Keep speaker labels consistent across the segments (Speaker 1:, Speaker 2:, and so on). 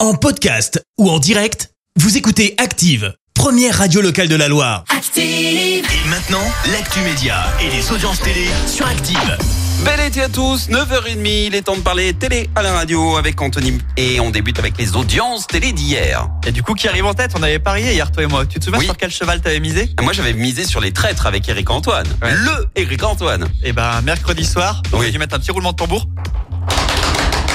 Speaker 1: En podcast ou en direct, vous écoutez Active, première radio locale de la Loire.
Speaker 2: Active,
Speaker 1: Et maintenant, l'actu média et les audiences télé sur Active.
Speaker 3: Bel été à tous, 9h30, il est temps de parler télé à la radio avec Anthony. Et on débute avec les audiences télé d'hier.
Speaker 4: Et du coup, qui arrive en tête On avait parié hier, toi et moi. Tu te souviens
Speaker 3: Oui.
Speaker 4: sur quel cheval t'avais misé
Speaker 3: Moi j'avais misé sur les traîtres avec Eric Antoine.
Speaker 4: Ouais.
Speaker 3: Le Eric Antoine.
Speaker 4: Eh ben, mercredi soir, on
Speaker 3: Oui.
Speaker 4: a dû mettre un petit roulement de tambour.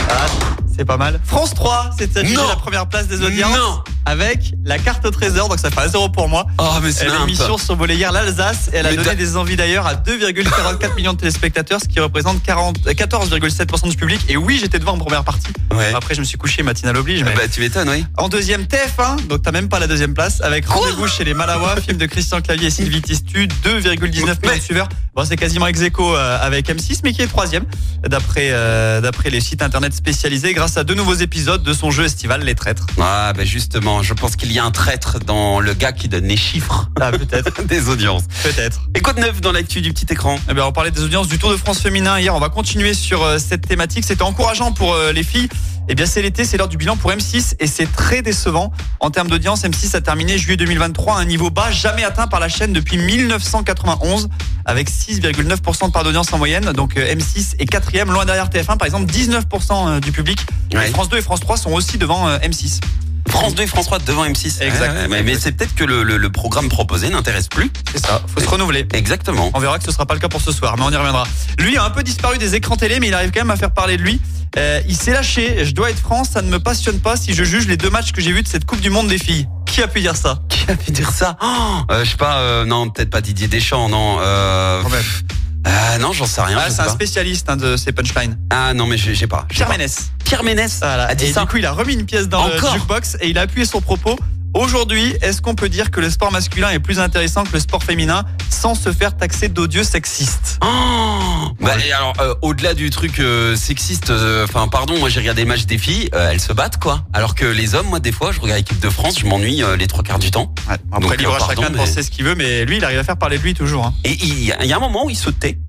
Speaker 4: Ah, c'est pas mal. France 3, c'est cette
Speaker 3: Non.
Speaker 4: la première place des audiences
Speaker 3: Non
Speaker 4: avec la carte au trésor, donc ça fait un zéro pour moi.
Speaker 3: Oh mais c'est
Speaker 4: Euh,
Speaker 3: nimp.
Speaker 4: L'émission survolait hier l'Alsace et elle a
Speaker 3: Mais t'as-
Speaker 4: donné des envies d'ailleurs à 2,44 millions de téléspectateurs, ce qui représente 40 euh, 14,7% du public. Et oui, j'étais devant en première partie.
Speaker 3: Ouais.
Speaker 4: Après, je me suis couché, matinale oblige. Mais...
Speaker 3: Bah tu m'étonnes, oui.
Speaker 4: En deuxième, TF1, donc t'as même pas la deuxième place, avec Rendez-vous chez les Malawa, film de Christian Clavier et Sylvie Tistu, 2,19 millions
Speaker 3: Mais-
Speaker 4: de suiveurs. Bon, c'est quasiment ex aequo, euh, avec M6, mais qui est troisième, d'après euh, d'après les sites internet spécialisés, grâce à deux nouveaux épisodes de son jeu estival, Les Traîtres.
Speaker 3: Ah bah justement, je pense qu'il y a un traître dans le gars qui donne les chiffres
Speaker 4: Ah, peut-être,
Speaker 3: des audiences.
Speaker 4: peut-être.
Speaker 3: Et quoi de neuf dans l'actu du petit écran
Speaker 4: Eh bien, on parlait des audiences du Tour de France féminin hier. On va continuer sur euh, cette thématique. C'était encourageant pour euh, les filles. Eh bien, c'est l'été, c'est l'heure du bilan pour M6 et c'est très décevant. En termes d'audience, M6 a terminé juillet 2023 à un niveau bas jamais atteint par la chaîne depuis 1991 avec 6,9% de part d'audience en moyenne. Donc euh, M6 est quatrième, loin derrière TF1, par exemple 19% euh, du public. Et
Speaker 3: Ouais.
Speaker 4: France 2 et France 3 sont aussi devant euh, M6.
Speaker 3: France 2 et France 3 devant M6.
Speaker 4: Exact.
Speaker 3: Ouais, ouais, mais mais c'est peut-être que le, le- le programme proposé n'intéresse plus.
Speaker 4: C'est ça, faut se renouveler.
Speaker 3: Exactement.
Speaker 4: On verra que ce sera pas le cas pour ce soir, mais on y reviendra. Lui a un peu disparu des écrans télé, mais il arrive quand même à faire parler de lui. Euh, il s'est lâché. Je dois être franc, ça ne me passionne pas si je juge les deux matchs que j'ai vus de cette Coupe du Monde des filles. Qui a pu dire ça
Speaker 3: Qui a pu dire ça Oh, euh, Je sais pas, euh, non, peut-être pas Didier Deschamps, non. Euh,
Speaker 4: Quand même.
Speaker 3: pff, ah, non, j'en sais rien.
Speaker 4: Ah,
Speaker 3: je
Speaker 4: C'est
Speaker 3: sais
Speaker 4: un
Speaker 3: pas.
Speaker 4: spécialiste hein, de ces punchlines.
Speaker 3: Ah non, mais j'ai j'ai pas. j'ai
Speaker 4: Pierre
Speaker 3: pas.
Speaker 4: Ménès.
Speaker 3: Pierre Ménès
Speaker 4: Voilà.
Speaker 3: a dit
Speaker 4: Et
Speaker 3: ça.
Speaker 4: du coup, il a remis une pièce dans
Speaker 3: Encore
Speaker 4: le jukebox et il a appuyé son propos. Aujourd'hui, est-ce qu'on peut dire que le sport masculin est plus intéressant que le sport féminin sans se faire taxer d'odieux sexiste
Speaker 3: Oh bah, et alors, euh, au-delà du truc euh, sexiste, euh, enfin, pardon, moi j'ai regardé les matchs des filles, euh, elles se battent quoi. Alors que les hommes, moi des fois, je regarde l'équipe de France, je m'ennuie euh, les trois quarts du temps.
Speaker 4: Après,
Speaker 3: Donc,
Speaker 4: libre
Speaker 3: euh,
Speaker 4: à
Speaker 3: pardon,
Speaker 4: chacun de
Speaker 3: mais-
Speaker 4: penser ce qu'il veut, mais lui, il arrive à faire parler de lui toujours. hein.
Speaker 3: Et il y, a- il y a un moment où ils se taient.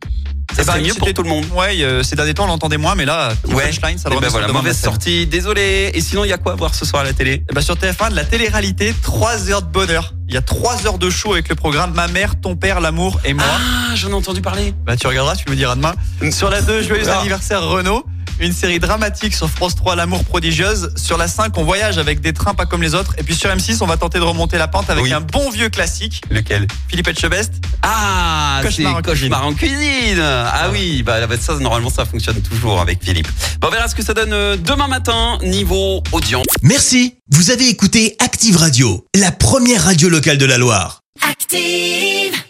Speaker 4: Eh
Speaker 3: Ça
Speaker 4: ben,
Speaker 3: serait mieux pour
Speaker 4: c'était-
Speaker 3: tout le monde.
Speaker 4: Ouais, euh, ces derniers temps, on l'entendait moins, mais là, petite
Speaker 3: Ouais.
Speaker 4: punchline, ça
Speaker 3: Eh ben
Speaker 4: le remet sur
Speaker 3: voilà,
Speaker 4: le devant de la
Speaker 3: mauvaise
Speaker 4: scène.
Speaker 3: sortie, désolé. Et sinon, il y a quoi à voir ce soir à la télé
Speaker 4: Eh ben, sur TF1, de la télé-réalité, 3 heures de bonheur. Il y a 3 heures de show avec le programme Ma mère, ton père, l'amour et moi.
Speaker 3: Ah, j'en ai entendu parler.
Speaker 4: Bah, tu regarderas, tu me diras demain. Sur la 2, joyeux
Speaker 3: Ah.
Speaker 4: anniversaire Renault. Une série dramatique sur France 3, l'amour prodigieuse. Sur la 5, on voyage avec des trains pas comme les autres. Et puis sur M6, on va tenter de remonter la pente avec
Speaker 3: Oui.
Speaker 4: un bon vieux classique,
Speaker 3: Lequel
Speaker 4: Philippe Etchebest.
Speaker 3: Ah, c'est
Speaker 4: Cauchemar en cuisine.
Speaker 3: cauchemar en cuisine. Ah oui, bah bah, ça normalement ça fonctionne toujours avec Philippe. Bon, on verra ce que ça donne euh, demain matin niveau audience.
Speaker 1: Merci, vous avez écouté Active Radio, la première radio locale de la Loire.
Speaker 2: active.